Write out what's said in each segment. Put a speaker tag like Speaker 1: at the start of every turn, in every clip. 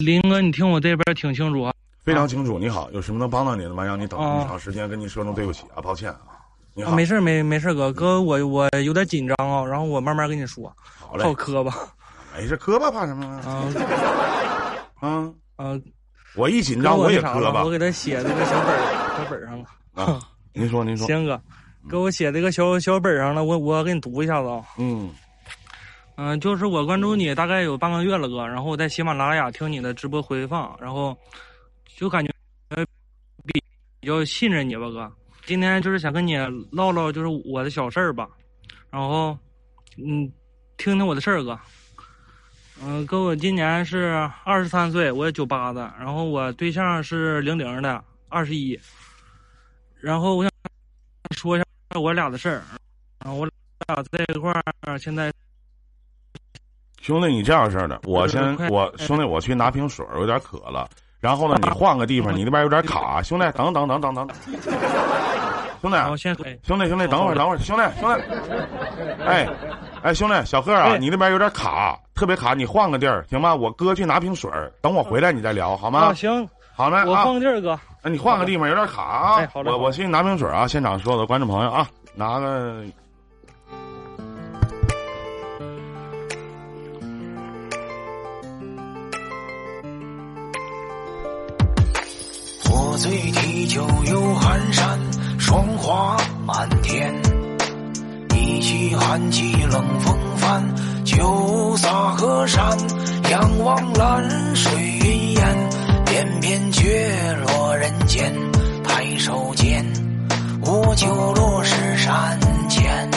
Speaker 1: 林哥，你听我这边挺清楚啊。
Speaker 2: 非常清楚。你好，有什么能帮到你的吗？让你等那么长时间，跟您说声对不起啊，抱歉啊。你
Speaker 1: 啊
Speaker 2: 好，
Speaker 1: 哦没事儿没没事儿，哥哥，我我有点紧张啊，然后我慢慢跟你说，
Speaker 2: 好嘞
Speaker 1: 好，磕吧。
Speaker 2: 没事，磕吧，怕什么啊？
Speaker 1: 啊
Speaker 2: 啊，
Speaker 1: 啊，
Speaker 2: 我一紧张
Speaker 1: 哥我
Speaker 2: 也
Speaker 1: 那啥
Speaker 2: 磕
Speaker 1: 了，
Speaker 2: 吧
Speaker 1: 我。给他写这个小本儿小本儿上了。
Speaker 2: 啊，您说，您说，
Speaker 1: 行哥，给我写这个小小本儿上了，我我给你读一下子啊、
Speaker 2: 嗯，
Speaker 1: 嗯、就是我关注你大概有半个月了，哥，然后我在喜马拉雅听你的直播回放，然后就感觉呃比比较信任你吧，哥。今天就是想跟你唠唠，就是我的小事儿吧，然后嗯，听听我的事儿，哥。嗯、哥，我今年是二十三岁，我也九八的，然后我对象是零零的，二十一。然后我想说一下我俩的事儿，然后我俩在一块儿现在
Speaker 2: 兄弟，你这样式的，我先
Speaker 1: 快
Speaker 2: 我兄弟，我去拿瓶水，我有点渴了。然后呢，你换个地方，你那边有点卡，兄弟，等等等等等等，兄弟，啊
Speaker 1: 然后先哎
Speaker 2: 兄弟，兄弟，等会儿，等会儿，兄弟，兄弟， 哎，哎，兄弟，小贺啊，
Speaker 1: 哎
Speaker 2: 你那边有点卡，特别卡，你换个地儿行吗？我哥去拿瓶水儿，等我回来你再聊好吗？
Speaker 1: 啊行，
Speaker 2: 好嘞
Speaker 1: 哦我
Speaker 2: 啊，
Speaker 1: 放地儿哥，
Speaker 2: 哎你换个地方有点卡啊。
Speaker 1: 哎好嘞
Speaker 2: 我
Speaker 1: 好嘞
Speaker 2: 我去拿瓶水啊，现场所有的观众朋友啊，拿个。
Speaker 3: 我醉提酒游寒山，霜华满天。一袭寒季冷风帆，酒洒河山。仰望蓝水云烟，翩翩雪落人间。抬手间，我就落石山间。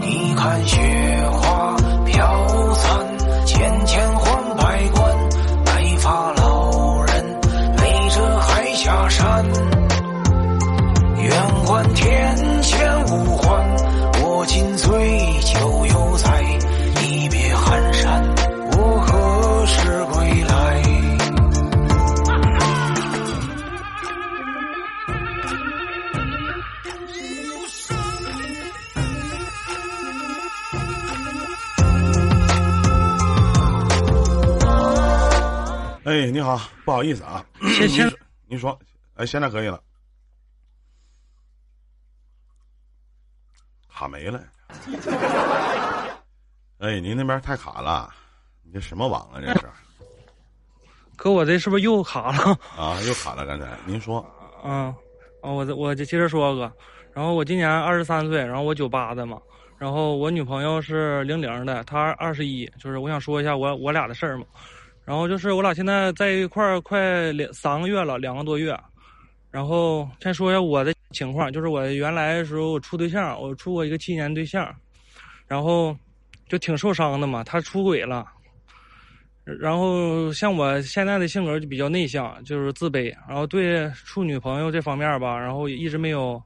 Speaker 3: 你看雪花飘散，浅浅换白冠，白发老人背着海下山。愿换天堑无患，我今醉酒犹在，一别寒山，我何时归来？
Speaker 2: 哎，你好，不好意思啊，
Speaker 1: 先先
Speaker 2: 您说，哎，现在可以了，卡没了。 哎，您那边太卡了，你这什么网啊？这是
Speaker 1: 哥，我这是不是又卡了？
Speaker 2: 啊，又卡了。刚才您说，
Speaker 1: 嗯，啊，我这我就接着说哥，然后我今年二十三岁，然后我九八的嘛，然后我女朋友是零零的，她二十一，就是我想说一下我我俩的事儿嘛，然后就是我俩现在在一块儿快两三个月了，两个多月，然后先说一下我的情况，就是我原来的时候我处对象，我处过一个七年对象，然后就挺受伤的嘛，他出轨了。然后像我现在的性格就比较内向，就是自卑，然后对处女朋友这方面吧，然后一直没有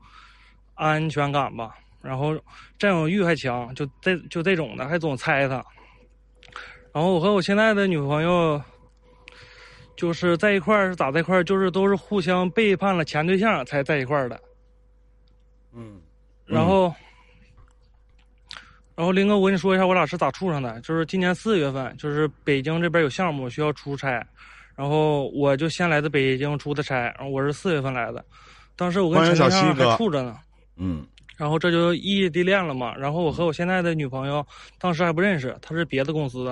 Speaker 1: 安全感吧，然后占有欲还强，就这就这种的，还总猜他。然后我和我现在的女朋友就是在一块儿是咋在一块儿，就是都是互相背叛了前对象才在一块儿的。
Speaker 2: 嗯，
Speaker 1: 然后，然后林哥，我跟你说一下，我俩是咋处上的。就是今年四月份，就是北京这边有项目需要出差，然后我就先来的北京出的差，然后我是四月份来的，当时我跟
Speaker 2: 欢迎
Speaker 1: 陈对
Speaker 2: 小
Speaker 1: 象
Speaker 2: 西哥
Speaker 1: 还处着呢，
Speaker 2: 嗯，
Speaker 1: 然后这就异地恋了嘛。然后我和我现在的女朋友当时还不认识，她是别的公司的，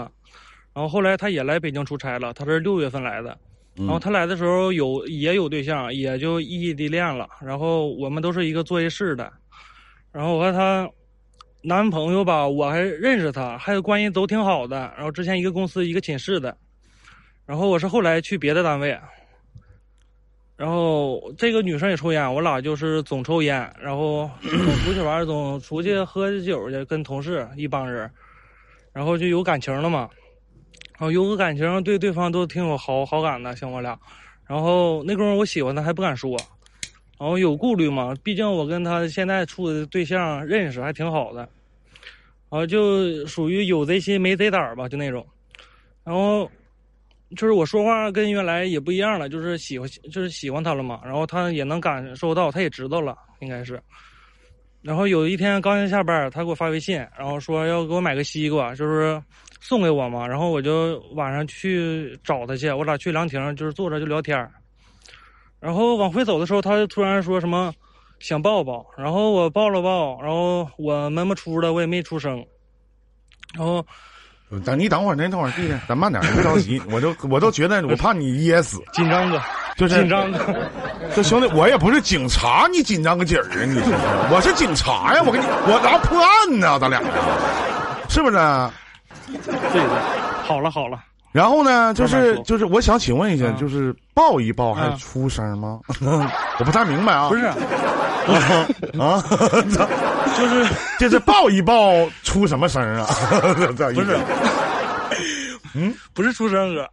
Speaker 1: 然后后来她也来北京出差了，她是六月份来的。
Speaker 2: 嗯
Speaker 1: 然后他来的时候有也有对象，也就异地恋了。然后我们都是一个作业室的，然后我和她男朋友吧，我还认识他，还有关系都挺好的。然后之前一个公司一个寝室的，然后我是后来去别的单位，啊然后这个女生也抽烟，我俩就是总抽烟，然后总出去玩儿，总出去喝酒去，跟同事一帮人，然后就有感情了嘛。然后有个感情，对对方都挺有好好感的，像我俩。然后那功夫我喜欢他还不敢说，然后有顾虑嘛，毕竟我跟他现在处的对象认识还挺好的，然后就属于有贼心没贼胆儿吧，就那种。然后就是我说话跟原来也不一样了，就是喜欢就是喜欢他了嘛，然后他也能感受到，他也知道了，应该是。然后有一天刚下班，他给我发微信，然后说要给我买个西瓜，就是送给我嘛，然后我就晚上去找他去，我俩去凉亭，就是坐着就聊天儿然后往回走的时候，他就突然说什么想抱抱，然后我抱了抱，然后我闷闷出的，我也没出声。然后
Speaker 2: 等你等会儿，您等会儿，弟弟，咱慢点，别着急， 我都我都觉得我怕你噎死，
Speaker 1: 紧张哥，
Speaker 2: 就是
Speaker 1: 紧张哥，
Speaker 2: 这兄弟，我也不是警察，你紧张个底儿啊！你说我是警察呀，我跟你我拿破案呢，咱俩是不是？
Speaker 1: 对的，好了好了，
Speaker 2: 然后呢，就
Speaker 1: 慢慢
Speaker 2: 是
Speaker 1: 说
Speaker 2: 就是，我想请问一下，
Speaker 1: 嗯
Speaker 2: 就是抱一抱还
Speaker 1: 嗯
Speaker 2: 出声 吗？我不太明白啊。
Speaker 1: 不是，
Speaker 2: 啊，
Speaker 1: 就是
Speaker 2: 这是抱一抱出什么声啊？ 不
Speaker 1: 不是，不是出声哥，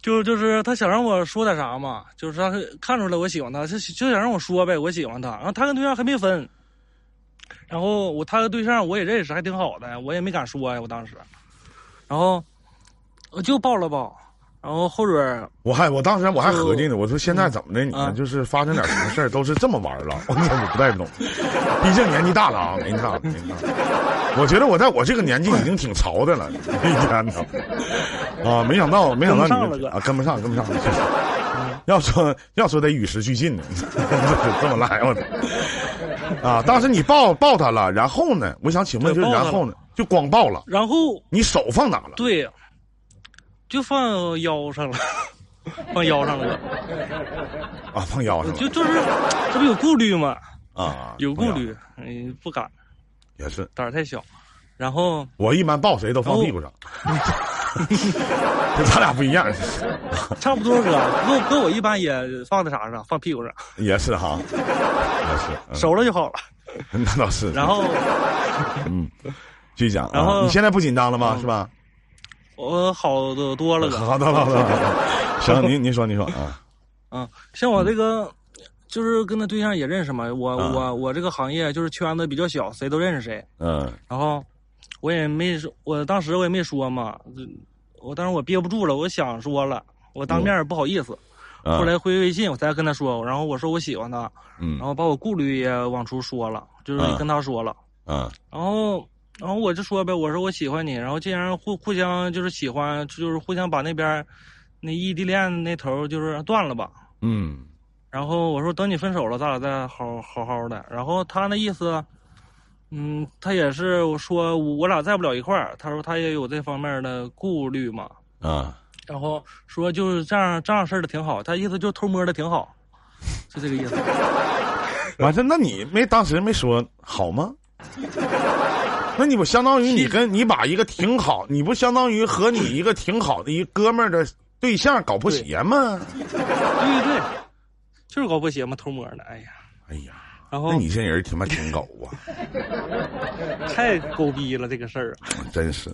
Speaker 1: 就就是他想让我说点啥嘛，就是他看出来我喜欢他，就就想让我说呗，我喜欢他。然后他跟对象还没分，然后我他的对象我也认识，还挺好的，我也没敢说呀，我当时，然后我就抱了抱，然后后边儿
Speaker 2: 我还我当时我还合计呢，我说现在怎么的？你们
Speaker 1: 嗯
Speaker 2: 就是发生点什么事儿都是这么玩儿了，我我不太懂，毕竟年纪大了啊，没大没大。我觉得我在我这个年纪已经挺潮的了，一天呐，啊，没想到没想到
Speaker 1: 跟不上
Speaker 2: 你
Speaker 1: 了
Speaker 2: 们
Speaker 1: 哥
Speaker 2: 啊跟不上跟不上，确实要说要说得与时俱进呢， 这么来我操啊！当时你抱抱他了，然后呢？我想请问，就
Speaker 1: 对
Speaker 2: 是
Speaker 1: 抱他
Speaker 2: 然后呢？就光抱了，
Speaker 1: 然后
Speaker 2: 你手放哪了？
Speaker 1: 对，就放腰上了，放腰上了，
Speaker 2: 啊，放腰上了
Speaker 1: 就就是这不有顾虑吗？
Speaker 2: 啊，
Speaker 1: 有
Speaker 2: 放
Speaker 1: 顾
Speaker 2: 腰
Speaker 1: 虑，嗯，不敢，
Speaker 2: 也是。
Speaker 1: 胆儿太小，然后。
Speaker 2: 我一般抱谁都放屁股上，
Speaker 1: 哦
Speaker 2: 就 咱俩不一样，
Speaker 1: 差不多哥，哥哥我一般也放在啥上，放屁股上，
Speaker 2: 也是哈，也是，
Speaker 1: 熟了就好了。
Speaker 2: 嗯、那倒是。
Speaker 1: 然 后
Speaker 2: 继续讲啊，
Speaker 1: 然后
Speaker 2: 你现在不紧张了吗？是吧？
Speaker 1: 我好的多了哥，
Speaker 2: 好的，好的，好的。行，您您说，您说啊，
Speaker 1: 嗯，像我这个就是跟他对象也认识嘛，我、
Speaker 2: 啊
Speaker 1: 我我这个行业就是圈子比较小，谁都认识谁。
Speaker 2: 嗯
Speaker 1: 然后我也没说，我当时我也没说嘛，我当时我憋不住了，我想说了，我当面不好意思。
Speaker 2: 嗯，
Speaker 1: 后来回微信我才跟他说，然后我说我喜欢他，
Speaker 2: 嗯
Speaker 1: 然后把我顾虑也往出说了，就是
Speaker 2: 啊
Speaker 1: 跟他说了。
Speaker 2: 嗯
Speaker 1: 然后，然后我就说呗，我说我喜欢你，然后既然互互相就是喜欢，就是互相把那边儿那异地恋那头儿就是断了吧。
Speaker 2: 嗯
Speaker 1: 然后我说等你分手了，咱俩再好好好的。然后他那意思，嗯，他也是说我俩在不了一块儿，他说他也有这方面的顾虑嘛。
Speaker 2: 啊，
Speaker 1: 然后说就是这样这样式儿的挺好，他意思就偷摸的挺好，就这个意 思。
Speaker 2: 完事，那你没当时没说好吗？那你不相当于你跟你把一个挺好，你不相当于和你一个挺好的一哥们儿的对象搞破鞋吗？
Speaker 1: 对对对，就是搞破鞋嘛，偷摸的。哎呀，
Speaker 2: 哎呀，
Speaker 1: 然后
Speaker 2: 那你这人他妈挺狗啊！
Speaker 1: 太狗逼了这个事儿啊。
Speaker 2: 真是，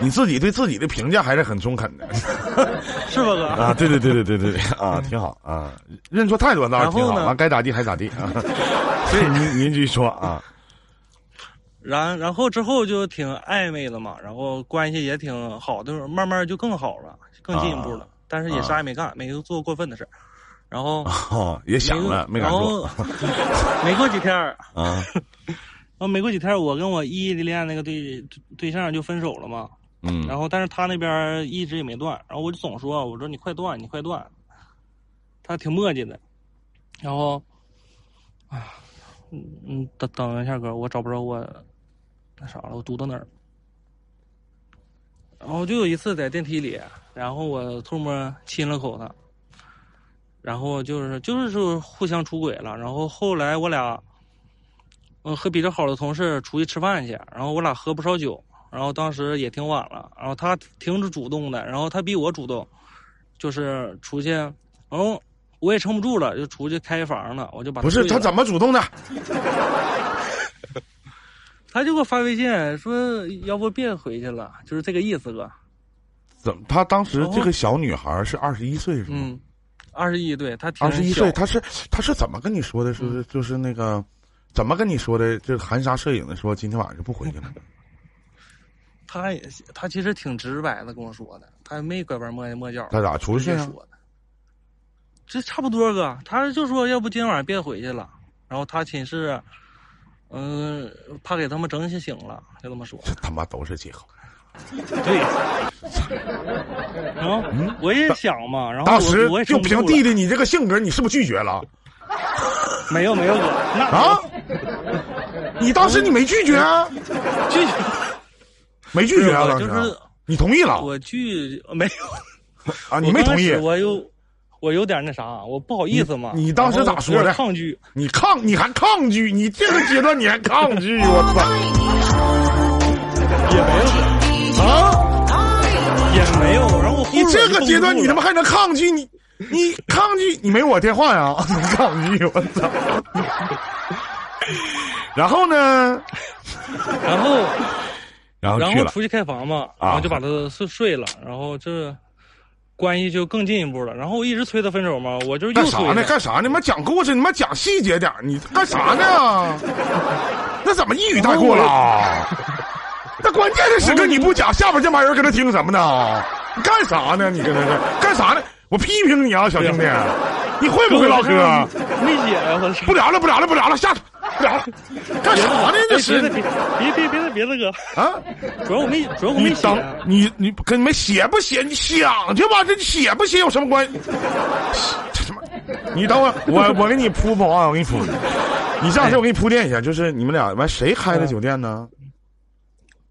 Speaker 2: 你自己对自己的评价还是很中肯的
Speaker 1: 是吧，哥？
Speaker 2: 啊！对对对对对对啊，挺好啊，认错态度倒是挺
Speaker 1: 然
Speaker 2: 好
Speaker 1: 后呢
Speaker 2: 啊，该咋地还咋地 啊。所以您您继续说啊，
Speaker 1: 然然后之后就挺暧昧的嘛，然后关系也挺好的，就是慢慢就更好了，更进一步了。
Speaker 2: 啊
Speaker 1: 但是也啥也没干，没做过分的事儿。然后
Speaker 2: 哦，也啊想了没敢说
Speaker 1: 然后没过几天儿，
Speaker 2: 啊，
Speaker 1: 然后没过几天儿，我跟我异地恋那个对对象就分手了嘛。
Speaker 2: 嗯
Speaker 1: 然后但是他那边儿一直也没断，然后我就总说，我说你快断，你快断。他挺磨叽的，然后啊，嗯嗯，等等一下哥，我找不着我那啥了，我读到哪儿了？然后就有一次在电梯里，然后我偷摸亲了口他，然后就是就是说互相出轨了，然后后来我俩。嗯，和比较好的同事出去吃饭去，然后我俩喝不少酒，然后当时也挺晚了，然后他挺主动的，然后他比我主动，就是出去，然后我也撑不住了，就出去开房了，我就把
Speaker 2: 不是
Speaker 1: 睡
Speaker 2: 他
Speaker 1: 了
Speaker 2: 怎么主动的？
Speaker 1: 他就给我发微信说，要不别回去了，就是这个意思哥。
Speaker 2: 怎么他当时这个小女孩是二十一岁是吗？
Speaker 1: 嗯，二十一对，他挺
Speaker 2: 二十一
Speaker 1: 小
Speaker 2: 岁，他是嗯他是怎么跟你说的？说是就是那个怎么跟你说的？这含沙射影的说今天晚上就不回去了。
Speaker 1: 他也他其实挺直白的跟我说的，他没拐弯抹抹角，
Speaker 2: 他咋出
Speaker 1: 不
Speaker 2: 去啊
Speaker 1: 说？的。这差不多哥，他就说要不今天晚上别回去了，然后他寝室，呃嗯、怕给他们整醒了，就这么说。
Speaker 2: 这他妈都是借口。
Speaker 1: 对。 然后
Speaker 2: 嗯
Speaker 1: 我也想嘛，然后
Speaker 2: 当
Speaker 1: 哦我
Speaker 2: 时
Speaker 1: 我也
Speaker 2: 就
Speaker 1: 撑不
Speaker 2: 凭
Speaker 1: 住
Speaker 2: 弟
Speaker 1: 了
Speaker 2: 弟你这个性格，你是不是拒绝了
Speaker 1: 没有没有我 那
Speaker 2: 啊？你当时你没拒绝啊？
Speaker 1: 拒
Speaker 2: 没拒绝啊？
Speaker 1: 不是我
Speaker 2: 当时
Speaker 1: 就是
Speaker 2: 你同意了
Speaker 1: 我拒没有。
Speaker 2: 啊？ 你没同意
Speaker 1: 我刚开始？我有我有点那啥，我不好意思嘛。
Speaker 2: 你你当时咋说的
Speaker 1: 有点抗拒，
Speaker 2: 你抗，你还抗拒？你这个阶段你还抗拒？我操
Speaker 1: 也没有，
Speaker 2: 啊！
Speaker 1: 也没有。然后我后
Speaker 2: 你
Speaker 1: 面
Speaker 2: 这
Speaker 1: 就
Speaker 2: 个
Speaker 1: 绷
Speaker 2: 阶段
Speaker 1: 不住
Speaker 2: 你他
Speaker 1: 了
Speaker 2: 妈还能抗拒？你你抗拒？你没我电话呀？ 你抗拒？我操！ 然后呢？
Speaker 1: 然后
Speaker 2: 然后
Speaker 1: 然
Speaker 2: 去
Speaker 1: 后
Speaker 2: 了
Speaker 1: 出去开房嘛，
Speaker 2: 啊
Speaker 1: 然后就把他睡睡了，然后这关系就更进一步了。然后我一直催他分手嘛，我就是又
Speaker 2: 干啥
Speaker 1: 催
Speaker 2: 呢？
Speaker 1: 他。
Speaker 2: 干啥呢？你妈讲故事，你妈讲细节点儿你干啥呢？那怎么一语带过了啊？那关键的时刻你不讲，下边这帮人搁那听什么呢？你干啥呢？你搁那是干啥呢？我批评你啊，小兄弟，你会不会唠嗑？
Speaker 1: 没姐呀，我
Speaker 2: 不聊了，不聊了，不聊了，下去，不聊了。干啥呢？
Speaker 1: 别
Speaker 2: 这
Speaker 1: 的
Speaker 2: 是
Speaker 1: 别别别别的别的哥，
Speaker 2: 啊？
Speaker 1: 主要我没主要我
Speaker 2: 你
Speaker 1: 没写啊
Speaker 2: 等你你跟你们写不写？你想去吧，这写不写有什么关 系？这他妈！你等会儿，我我给你铺铺啊，我给你铺。你这样
Speaker 1: 哎
Speaker 2: 式儿我给你铺垫一下，就是你们俩完谁开
Speaker 1: 嗯
Speaker 2: 的酒店呢？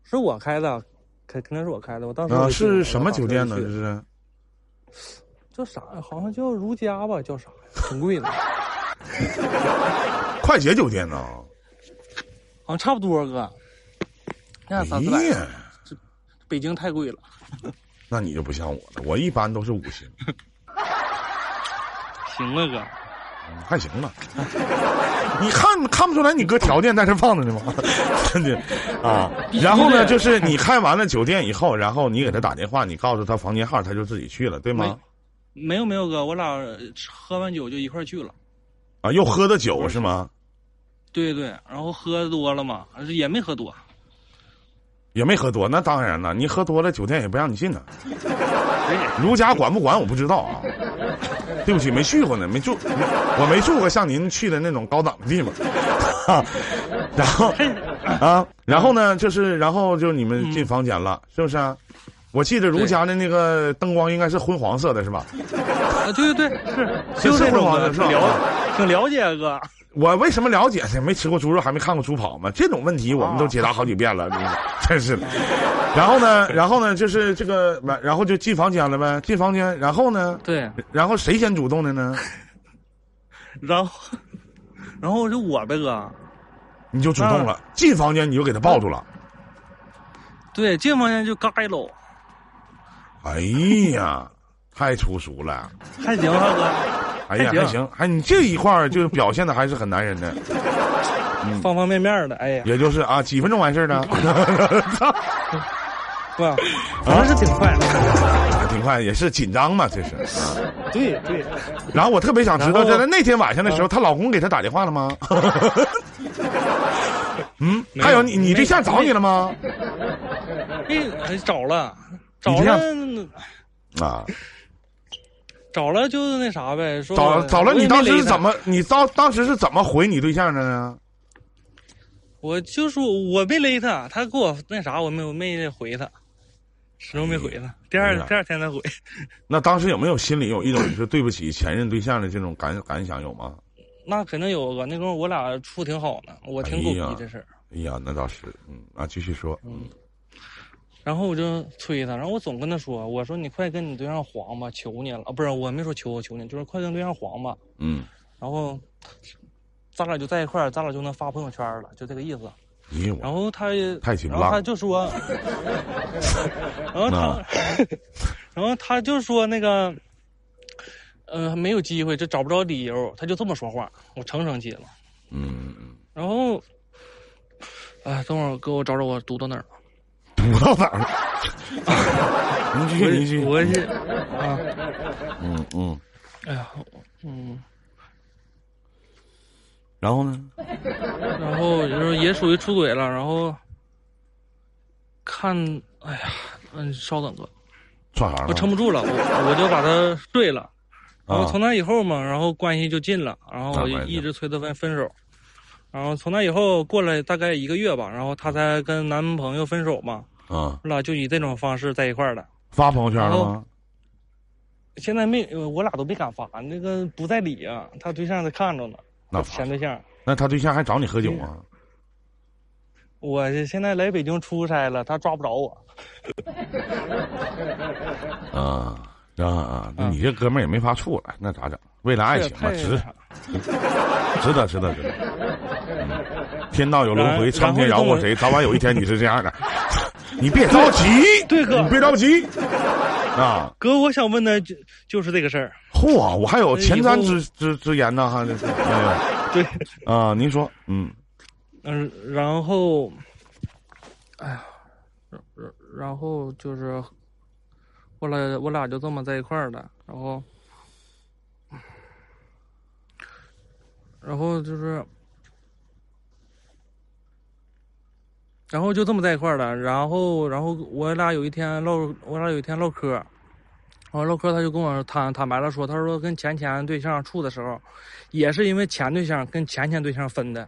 Speaker 1: 是我开的，肯肯定是我开的。我当时
Speaker 2: 啊，
Speaker 1: 我记得
Speaker 2: 是
Speaker 1: 我
Speaker 2: 什么酒店呢？
Speaker 1: 当
Speaker 2: 这
Speaker 1: 时去
Speaker 2: 是
Speaker 1: 叫啥呀？好像叫如家吧，叫啥呀？挺贵的，好
Speaker 2: 快捷酒店呢？
Speaker 1: 像差不多哥。那
Speaker 2: 哎
Speaker 1: 三四百，
Speaker 2: 呀，
Speaker 1: 北京太贵了。
Speaker 2: 那你就不像我了，我一般都是五星，
Speaker 1: 行了哥，
Speaker 2: 还行吧。 你看看不出来你哥条件在这放着呢吗？ 真的啊。然后呢，就是你开完了酒店以后，然后你给他打电话，你告诉他房间号，他就自己去了，对吗？
Speaker 1: 没有没有哥，我俩呃喝完酒就一块儿去了。
Speaker 2: 啊，又喝的酒是吗？
Speaker 1: 对对，然后喝多了嘛，也没喝多，啊
Speaker 2: 也没喝多，那当然了，你喝多了酒店也不让你进呢。
Speaker 1: 对，
Speaker 2: 如家管不管我不知道啊，对不起，没去过呢，没住，没我没住过像您去的那种高档的地方。 然后啊，然后呢，就是然后就你们进房间了，是不是、啊？我记得如家的那个灯光应该是昏黄色的，是吧？
Speaker 1: 啊对对对，
Speaker 2: 是
Speaker 1: 就是这种
Speaker 2: 黄的
Speaker 1: 哥，
Speaker 2: 是
Speaker 1: 挺
Speaker 2: 吧
Speaker 1: 了 挺了解啊哥。
Speaker 2: 我为什么了解呢？没吃过猪肉，还没看过猪跑吗？这种问题我们都解答好几遍了， 真是的。然后呢，然后呢，就是这个，完然后就进房间了呗，进房间，然后呢，
Speaker 1: 对，
Speaker 2: 然后谁先主动的呢？
Speaker 1: 然后然后就我呗哥，
Speaker 2: 你就主动了，进房间你就给他抱住了。
Speaker 1: 对，进房间就嘎一搂，
Speaker 2: 哎呀，太粗俗了！
Speaker 1: 还行哈哥，
Speaker 2: 哎呀，
Speaker 1: 还行
Speaker 2: 还行，还你这一块儿就是表现的还是很男人的，嗯
Speaker 1: 方方面面的，哎呀，
Speaker 2: 也就是啊，几分钟完事儿的，
Speaker 1: 哇，反正是挺快 的。
Speaker 2: 啊挺快，也是紧张嘛，这是。啊
Speaker 1: 对对，
Speaker 2: 然后我特别想知道，
Speaker 1: 然后嗯
Speaker 2: 在那天晚上的时候，她老公给她打电话 了吗？嗯，还有你，
Speaker 1: 没有
Speaker 2: 你对象找你了吗？
Speaker 1: 哎，找了，
Speaker 2: 你
Speaker 1: 找
Speaker 2: 这样
Speaker 1: 了，
Speaker 2: 啊，
Speaker 1: 找了就那啥呗，说
Speaker 2: 找找了，
Speaker 1: 我也
Speaker 2: 你
Speaker 1: 没
Speaker 2: 当时
Speaker 1: 勒
Speaker 2: 是
Speaker 1: 他
Speaker 2: 怎么？你当当时是怎么回你对象的呢？
Speaker 1: 我就说我没勒他，他给我那啥，我没我没回他，始终没回他。第
Speaker 2: 哎
Speaker 1: 二
Speaker 2: 呀
Speaker 1: 第二天才回，
Speaker 2: 那当时有没有心里有一种就是对不起前任对象的这种感感想有吗？
Speaker 1: 那肯定有个那功夫，我俩处挺好呢，我挺狗
Speaker 2: 哎呀
Speaker 1: 逼这事儿。
Speaker 2: 哎呀，那倒是，嗯啊，继续说，嗯
Speaker 1: 然后我就催他，然后我总跟他说，我说你快跟你对象黄吧，求你了啊！不是我没说求我求你，就是快跟对象黄吧。
Speaker 2: 嗯，
Speaker 1: 然后咱俩就在一块儿，咱俩就能发朋友圈了，就这个意思。
Speaker 2: 哎呦
Speaker 1: 然
Speaker 2: 我，
Speaker 1: 后他也，
Speaker 2: 太行
Speaker 1: 然后
Speaker 2: 了
Speaker 1: 他就 说，然后他
Speaker 2: 啊，
Speaker 1: 然后他就说那个，呃，没有机会，就找不着理由，他就这么说话，我成生气了。
Speaker 2: 嗯，嗯
Speaker 1: 然后，哎，等会儿哥，我找找我读到哪儿 了。
Speaker 2: 嗯堵到哪儿了？ 您继续，您继续，
Speaker 1: 我是啊，
Speaker 2: 嗯嗯，
Speaker 1: 哎呀，嗯，
Speaker 2: 然后呢？
Speaker 1: 然后就是也属于出轨了，然后看，哎呀，嗯，稍等哥，
Speaker 2: 串行
Speaker 1: 我撑不
Speaker 2: 了？
Speaker 1: 住了，我我就把他睡了。然后
Speaker 2: 啊啊
Speaker 1: 从那以后嘛，然后关系就近了，然后我
Speaker 2: 那关系
Speaker 1: 一直催他分分手，然后从那以后过了大概一个月吧，然后他才跟男朋友分手嘛，
Speaker 2: 啊，
Speaker 1: 我俩就以这种方式在一块儿了。
Speaker 2: 发朋友圈了吗？
Speaker 1: 现在没，呃我俩都没敢发，那个不在理啊，他对象他看着呢，
Speaker 2: 那发
Speaker 1: 前对象。
Speaker 2: 那他对象还找你喝酒啊吗？
Speaker 1: 我是现在来北京出差了，他抓不着我。嗯
Speaker 2: 啊啊啊！那你这哥们儿也没法处了，那咋整？为了爱
Speaker 1: 这
Speaker 2: 情嘛，
Speaker 1: 太
Speaker 2: 值值得值得值得。嗯天道有轮回，
Speaker 1: 然
Speaker 2: 苍天饶过谁？早晚有一天你是这样的，你别着急，
Speaker 1: 对哥
Speaker 2: 你别着 急啊！
Speaker 1: 哥，我想问的就就是这个事儿。
Speaker 2: 嚯，我还有前瞻
Speaker 1: 以后
Speaker 2: 之之之言呢，哈，这 是哎
Speaker 1: 对，
Speaker 2: 呦啊，您说，嗯
Speaker 1: 嗯、然后，哎呀，然然后就是，后来我俩就这么在一块儿了，然后，然后就是，然后就这么在一块儿了，然后，然后我俩有一天唠，我俩有一天唠嗑儿。然后唠嗑儿，他就跟我坦坦白了说，他说跟前前对象处的时候，也是因为前对象跟前前对象分的，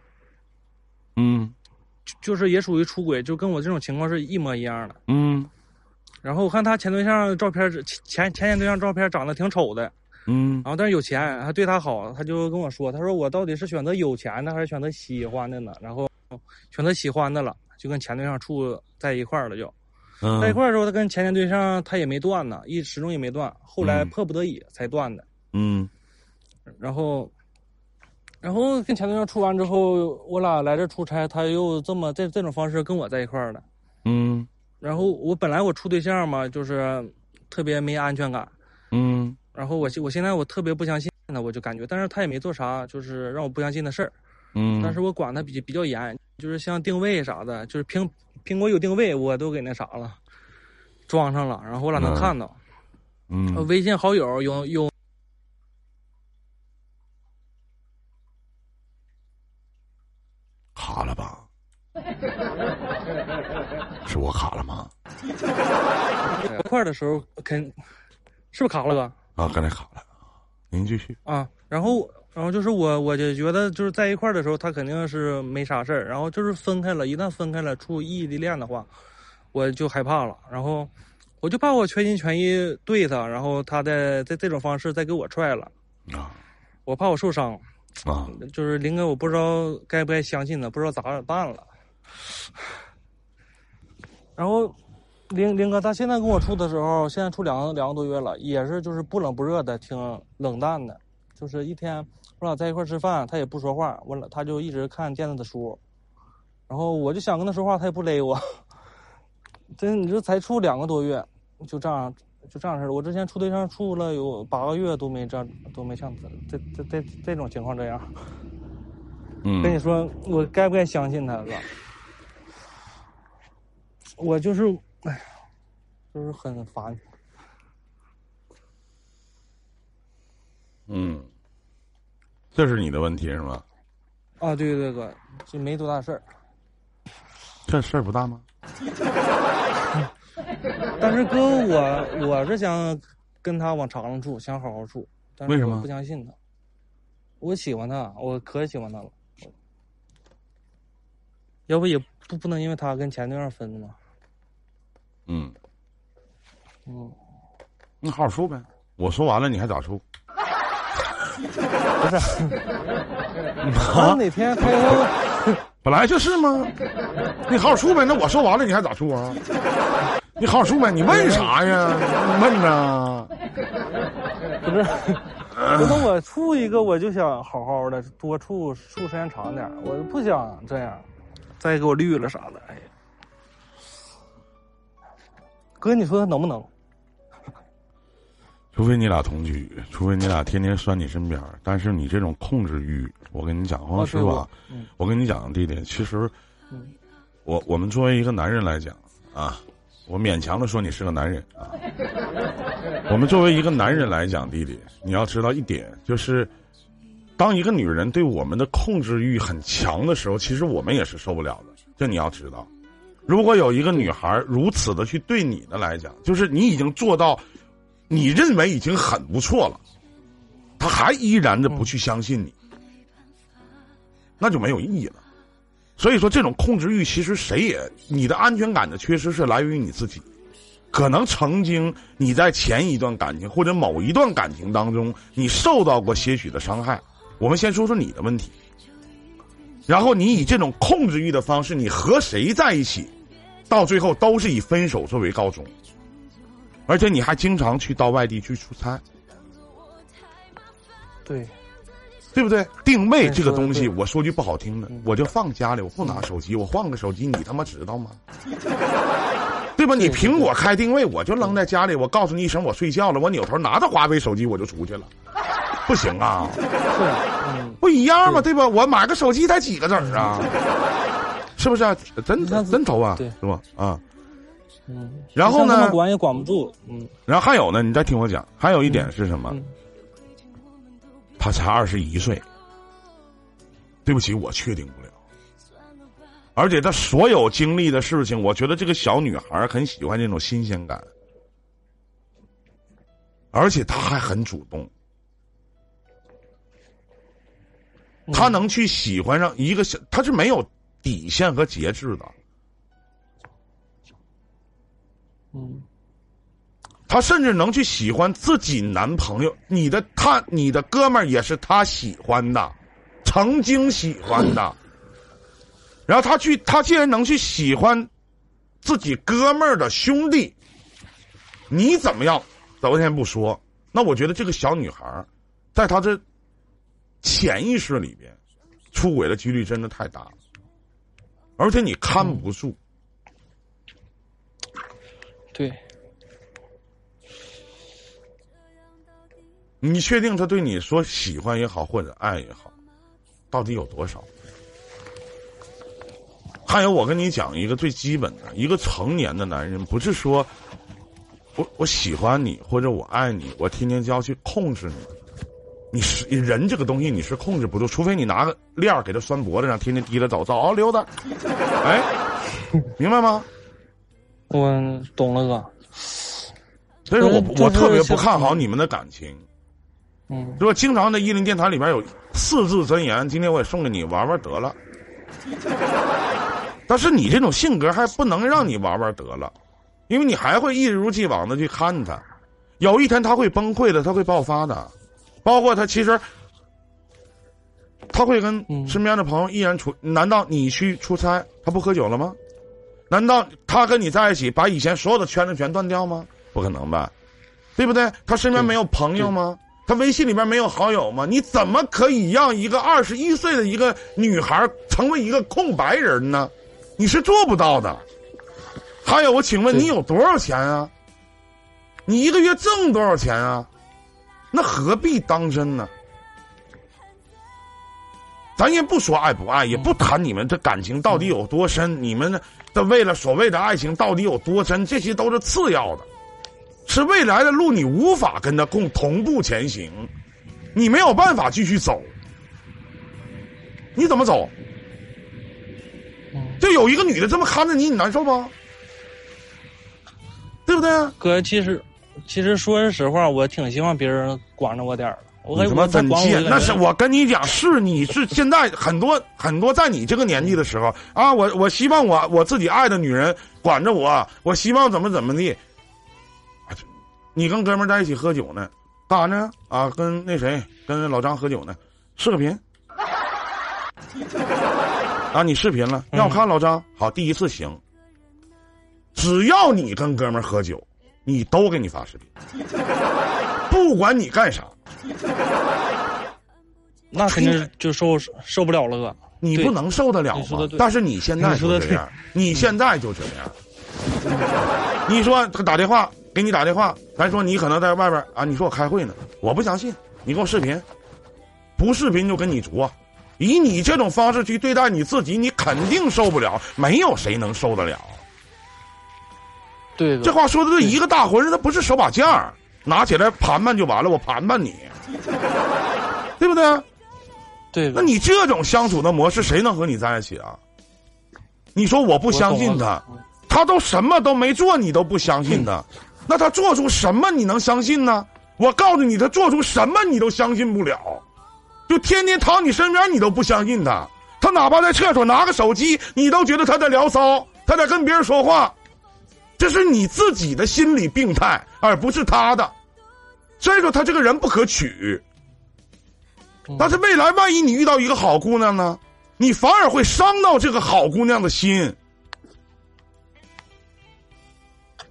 Speaker 2: 嗯
Speaker 1: 就是也属于出轨，就跟我这种情况是一模一样的。
Speaker 2: 嗯
Speaker 1: 然后我看他前对象照片，前前前对象照片长得挺丑的，
Speaker 2: 嗯
Speaker 1: 然后但是有钱，还对他好，他就跟我说，他说我到底是选择有钱的还是选择喜欢的呢？然后选择喜欢的了，就跟前对象处在一块儿了就，
Speaker 2: 嗯，
Speaker 1: 在一块儿之后，他跟前前对象他也没断呢，一始终也没断，后来
Speaker 2: 嗯
Speaker 1: 迫不得已才断的。
Speaker 2: 嗯
Speaker 1: 然后，然后跟前对象处完之后，我俩来这出差，他又这么这这种方式跟我在一块儿了。
Speaker 2: 嗯
Speaker 1: 然后我本来我处对象嘛，就是特别没安全感。
Speaker 2: 嗯
Speaker 1: 然后我现我现在我特别不相信他，我就感觉，但是他也没做啥，就是让我不相信的事儿。
Speaker 2: 嗯，
Speaker 1: 但是我管的比比较严，就是像定位啥的，就是苹苹果有定位，我都给那啥了，装上了，然后我俩能
Speaker 2: 嗯
Speaker 1: 看到。呃
Speaker 2: 嗯
Speaker 1: 微信好友有有
Speaker 2: 卡了吧？ 是我卡了吗？
Speaker 1: 一块儿的时候，肯是不是卡了哥？
Speaker 2: 啊，刚才卡了，您继续。
Speaker 1: 啊，然后然后就是我我就觉得就是在一块儿的时候，他肯定是没啥事儿，然后就是分开了，一旦分开了处异地恋的话，我就害怕了，然后我就怕我全心全意对他，然后他再在这种方式再给我踹了，
Speaker 2: 啊
Speaker 1: 我怕我受伤，
Speaker 2: 啊，
Speaker 1: 就是林哥，我不知道该不该相信他，不知道咋办了。然后，林林哥，他现在跟我处的时候，现在处两个两个多月了，也是就是不冷不热的，挺冷淡的，就是一天我俩在一块儿吃饭，他也不说话，我俩他就一直看电子的书，然后我就想跟他说话，他也不勒我。真，你这才处两个多月，就这样就这样式儿。我之前处对象处了有八个月都没这样都没像这这这这这种情况这样。
Speaker 2: 嗯
Speaker 1: 跟你说，我该不该相信他了？我就是，哎呀，就是很烦。
Speaker 2: 嗯，这是你的问题是吗？
Speaker 1: 啊，对对对哥，就没多大事儿。
Speaker 2: 这事儿不大吗？
Speaker 1: 但是哥，我我是想跟他往长了处，想好好处。但是
Speaker 2: 为什么
Speaker 1: 我不相信他？我喜欢他，我可喜欢他了。要不也不不能因为他跟前对象分了嘛。
Speaker 2: 嗯，
Speaker 1: 嗯，
Speaker 2: 那好好处呗。我说完了，你还咋处？
Speaker 1: 不是，
Speaker 2: 啊
Speaker 1: 他哪天他要
Speaker 2: 本来就是嘛，你好好处呗。那我说完了，你还咋处啊？你好好处呗，你问啥呀？你问呐？
Speaker 1: 不是， 我等我处一个，我就想好好的多处处时间长点儿，我不想这样，再给我绿了啥的。哎呀，哥，你说他能不能？
Speaker 2: 除非你俩同居，除非你俩天天拴你身边儿，但是你这种控制欲，我跟你讲，黄老师
Speaker 1: 对
Speaker 2: 吧，
Speaker 1: 我嗯
Speaker 2: 我跟你讲，弟弟，其实
Speaker 1: 嗯
Speaker 2: 我我们作为一个男人来讲啊，我勉强的说你是个男人啊。 我们作为一个男人来讲，弟弟，你要知道一点，就是当一个女人对我们的控制欲很强的时候，其实我们也是受不了的。这你要知道，如果有一个女孩如此的去对你的来讲，就是你已经做到你认为已经很不错了，她还依然的不去相信你，那就没有意义了。所以说，这种控制欲其实谁也，你的安全感的缺失是来源于你自己。可能曾经你在前一段感情或者某一段感情当中，你受到过些许的伤害。我们先说说你的问题，然后你以这种控制欲的方式，你和谁在一起，到最后都是以分手作为告终，而且你还经常去到外地去出差，
Speaker 1: 对，
Speaker 2: 对不对？定位这个
Speaker 1: 对
Speaker 2: 东
Speaker 1: 嗯
Speaker 2: 西，
Speaker 1: 说得
Speaker 2: 我说句不好听的，我就放家里，我不拿手机，我换个手机，你他妈知 道吗？对吧？你
Speaker 1: 对对
Speaker 2: 苹果开定位，我就扔在家里，我告诉你一声我睡觉了，我扭头拿着华为手机我就出去了，不 行啊，
Speaker 1: 是，嗯，
Speaker 2: 不一样吗？对吧？我买个手机才几个整儿啊，是不是啊？真
Speaker 1: 嗯那
Speaker 2: 真愁啊，
Speaker 1: 对
Speaker 2: 是吧？啊，
Speaker 1: 嗯，
Speaker 2: 然后
Speaker 1: 像他
Speaker 2: 呢
Speaker 1: 们？管也管不住，嗯，
Speaker 2: 然后还有呢？你再听我讲，还有一点是什么？
Speaker 1: 嗯
Speaker 2: 他才二十一岁，对不起，我确定不了。而且他所有经历的事情，我觉得这个小女孩很喜欢这种新鲜感，而且她还很主动，她能去喜欢上一个小，她是没有底线和节制的。
Speaker 1: 嗯，
Speaker 2: 她甚至能去喜欢自己男朋友，你的她，你的哥们儿也是她喜欢的，曾经喜欢的。然后她去，她竟然能去喜欢自己哥们儿的兄弟，你怎么样？咱先不说，那我觉得这个小女孩儿，在她这潜意识里边，出轨的几率真的太大了，而且你看不住。
Speaker 1: 对，
Speaker 2: 你确定他对你说喜欢也好，或者爱也好，到底有多少？还有，我跟你讲一个最基本的，一个成年的男人，不是说我我喜欢你或者我爱你，我天天就要去控制你。你是人这个东西，你是控制不住，除非你拿个链儿给他拴脖子上，天天提着走走、哦、溜达，哎，明白吗？
Speaker 1: 我懂了哥，
Speaker 2: 所以说我不
Speaker 1: 就是
Speaker 2: 我特别不
Speaker 1: 像
Speaker 2: 看好你们的感情。
Speaker 1: 嗯，
Speaker 2: 如果经常在伊林电台里边有四字真言，今天我也送给你玩玩得了。 但是你这种性格还不能让你玩玩得了，因为你还会一如既往的去看他，有一天他会崩溃的，他会爆发的，包括他其实他会跟
Speaker 1: 嗯
Speaker 2: 身边的朋友依然出。难道你去出差，他不喝酒了吗？难道他跟你在一起，把以前所有的圈子全断掉吗？不可能吧，对不对？他身边没有朋友吗？他微信里边没有好友吗？你怎么可以让一个二十一岁的一个女孩成为一个空白人呢？你是做不到的。还有，我请问
Speaker 1: 对
Speaker 2: 你有多少钱啊？你一个月挣多少钱啊？那何必当真呢？咱也不说爱不爱，也不谈你们这感情到底有多深，你们的为了所谓的爱情到底有多深，这些都是次要的，是未来的路你无法跟他共同步前行，你没有办法继续走，你怎么走？就有一个女的这么看着你，你难受吗？对不对？啊
Speaker 1: 哥，其实其实说实话，我挺希望别人管着我点儿的，我感
Speaker 2: 你他
Speaker 1: 觉
Speaker 2: 妈
Speaker 1: 我再
Speaker 2: 真
Speaker 1: 管我
Speaker 2: 贱！
Speaker 1: 就
Speaker 2: 啊那
Speaker 1: 感
Speaker 2: 是
Speaker 1: 觉
Speaker 2: 我跟你讲，是你是现在很多很多在你这个年纪的时候啊，我我希望我我自己爱的女人管着我，啊我希望怎么怎么地。啊这你跟哥们儿在一起喝酒呢，干啥呢？啊，跟那谁，跟老张喝酒呢，视个频。啊，你视频了，让我看老张。好，第一次行。只要你跟哥们儿喝酒，你都给你发视频，不管你干啥。
Speaker 1: 那肯定是就受受不了了哥，
Speaker 2: 你
Speaker 1: 对
Speaker 2: 不能受得了
Speaker 1: 你说
Speaker 2: 吗
Speaker 1: 得？对
Speaker 2: 但是你现在
Speaker 1: 你
Speaker 2: 就
Speaker 1: 说得
Speaker 2: 这样，你现在就这样。你说他打电话给你打电话，咱说你可能在外边啊，你说我开会呢，我不相信，你给我视频，不视频就跟你作。以你这种方式去对待你自己，你肯定受不了，没有谁能受得了。
Speaker 1: 对
Speaker 2: 这
Speaker 1: 哥，
Speaker 2: 话说的对，一个大活人他不是手把件儿，拿起来盘盘就完了，我盘盘你， 对不对？啊
Speaker 1: 对
Speaker 2: 那
Speaker 1: 哥，
Speaker 2: 你这种相处的模式，谁能和你在一起啊？你说我不
Speaker 1: 我
Speaker 2: 相
Speaker 1: 懂
Speaker 2: 信
Speaker 1: 了嗯
Speaker 2: 他，他都什么都没做，你都不相信他，那他做出什么你能相信呢？我告诉你，他做出什么你都相信不了，就天天躺你身边，你都不相信他。他哪怕在厕所拿个手机，你都觉得他在聊骚，他在跟别人说话，这是你自己的心理病态，而不是他的。所以说，他这个人不可取。但是未来万一你遇到一个好姑娘呢，你反而会伤到这个好姑娘的心。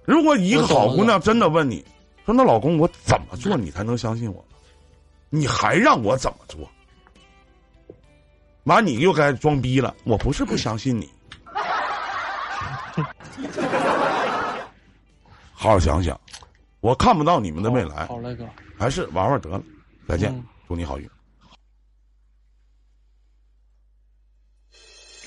Speaker 2: 如果一个好姑娘真的问你说：“那老公，我怎么做你才能相信我？你还让我怎么做？”完，你又该装逼了。我不是不相信你，好好想想，我看不到你们的未来，
Speaker 1: 好嘞哥，
Speaker 2: 还是玩玩得了。再见，
Speaker 1: 嗯
Speaker 2: 祝你好运。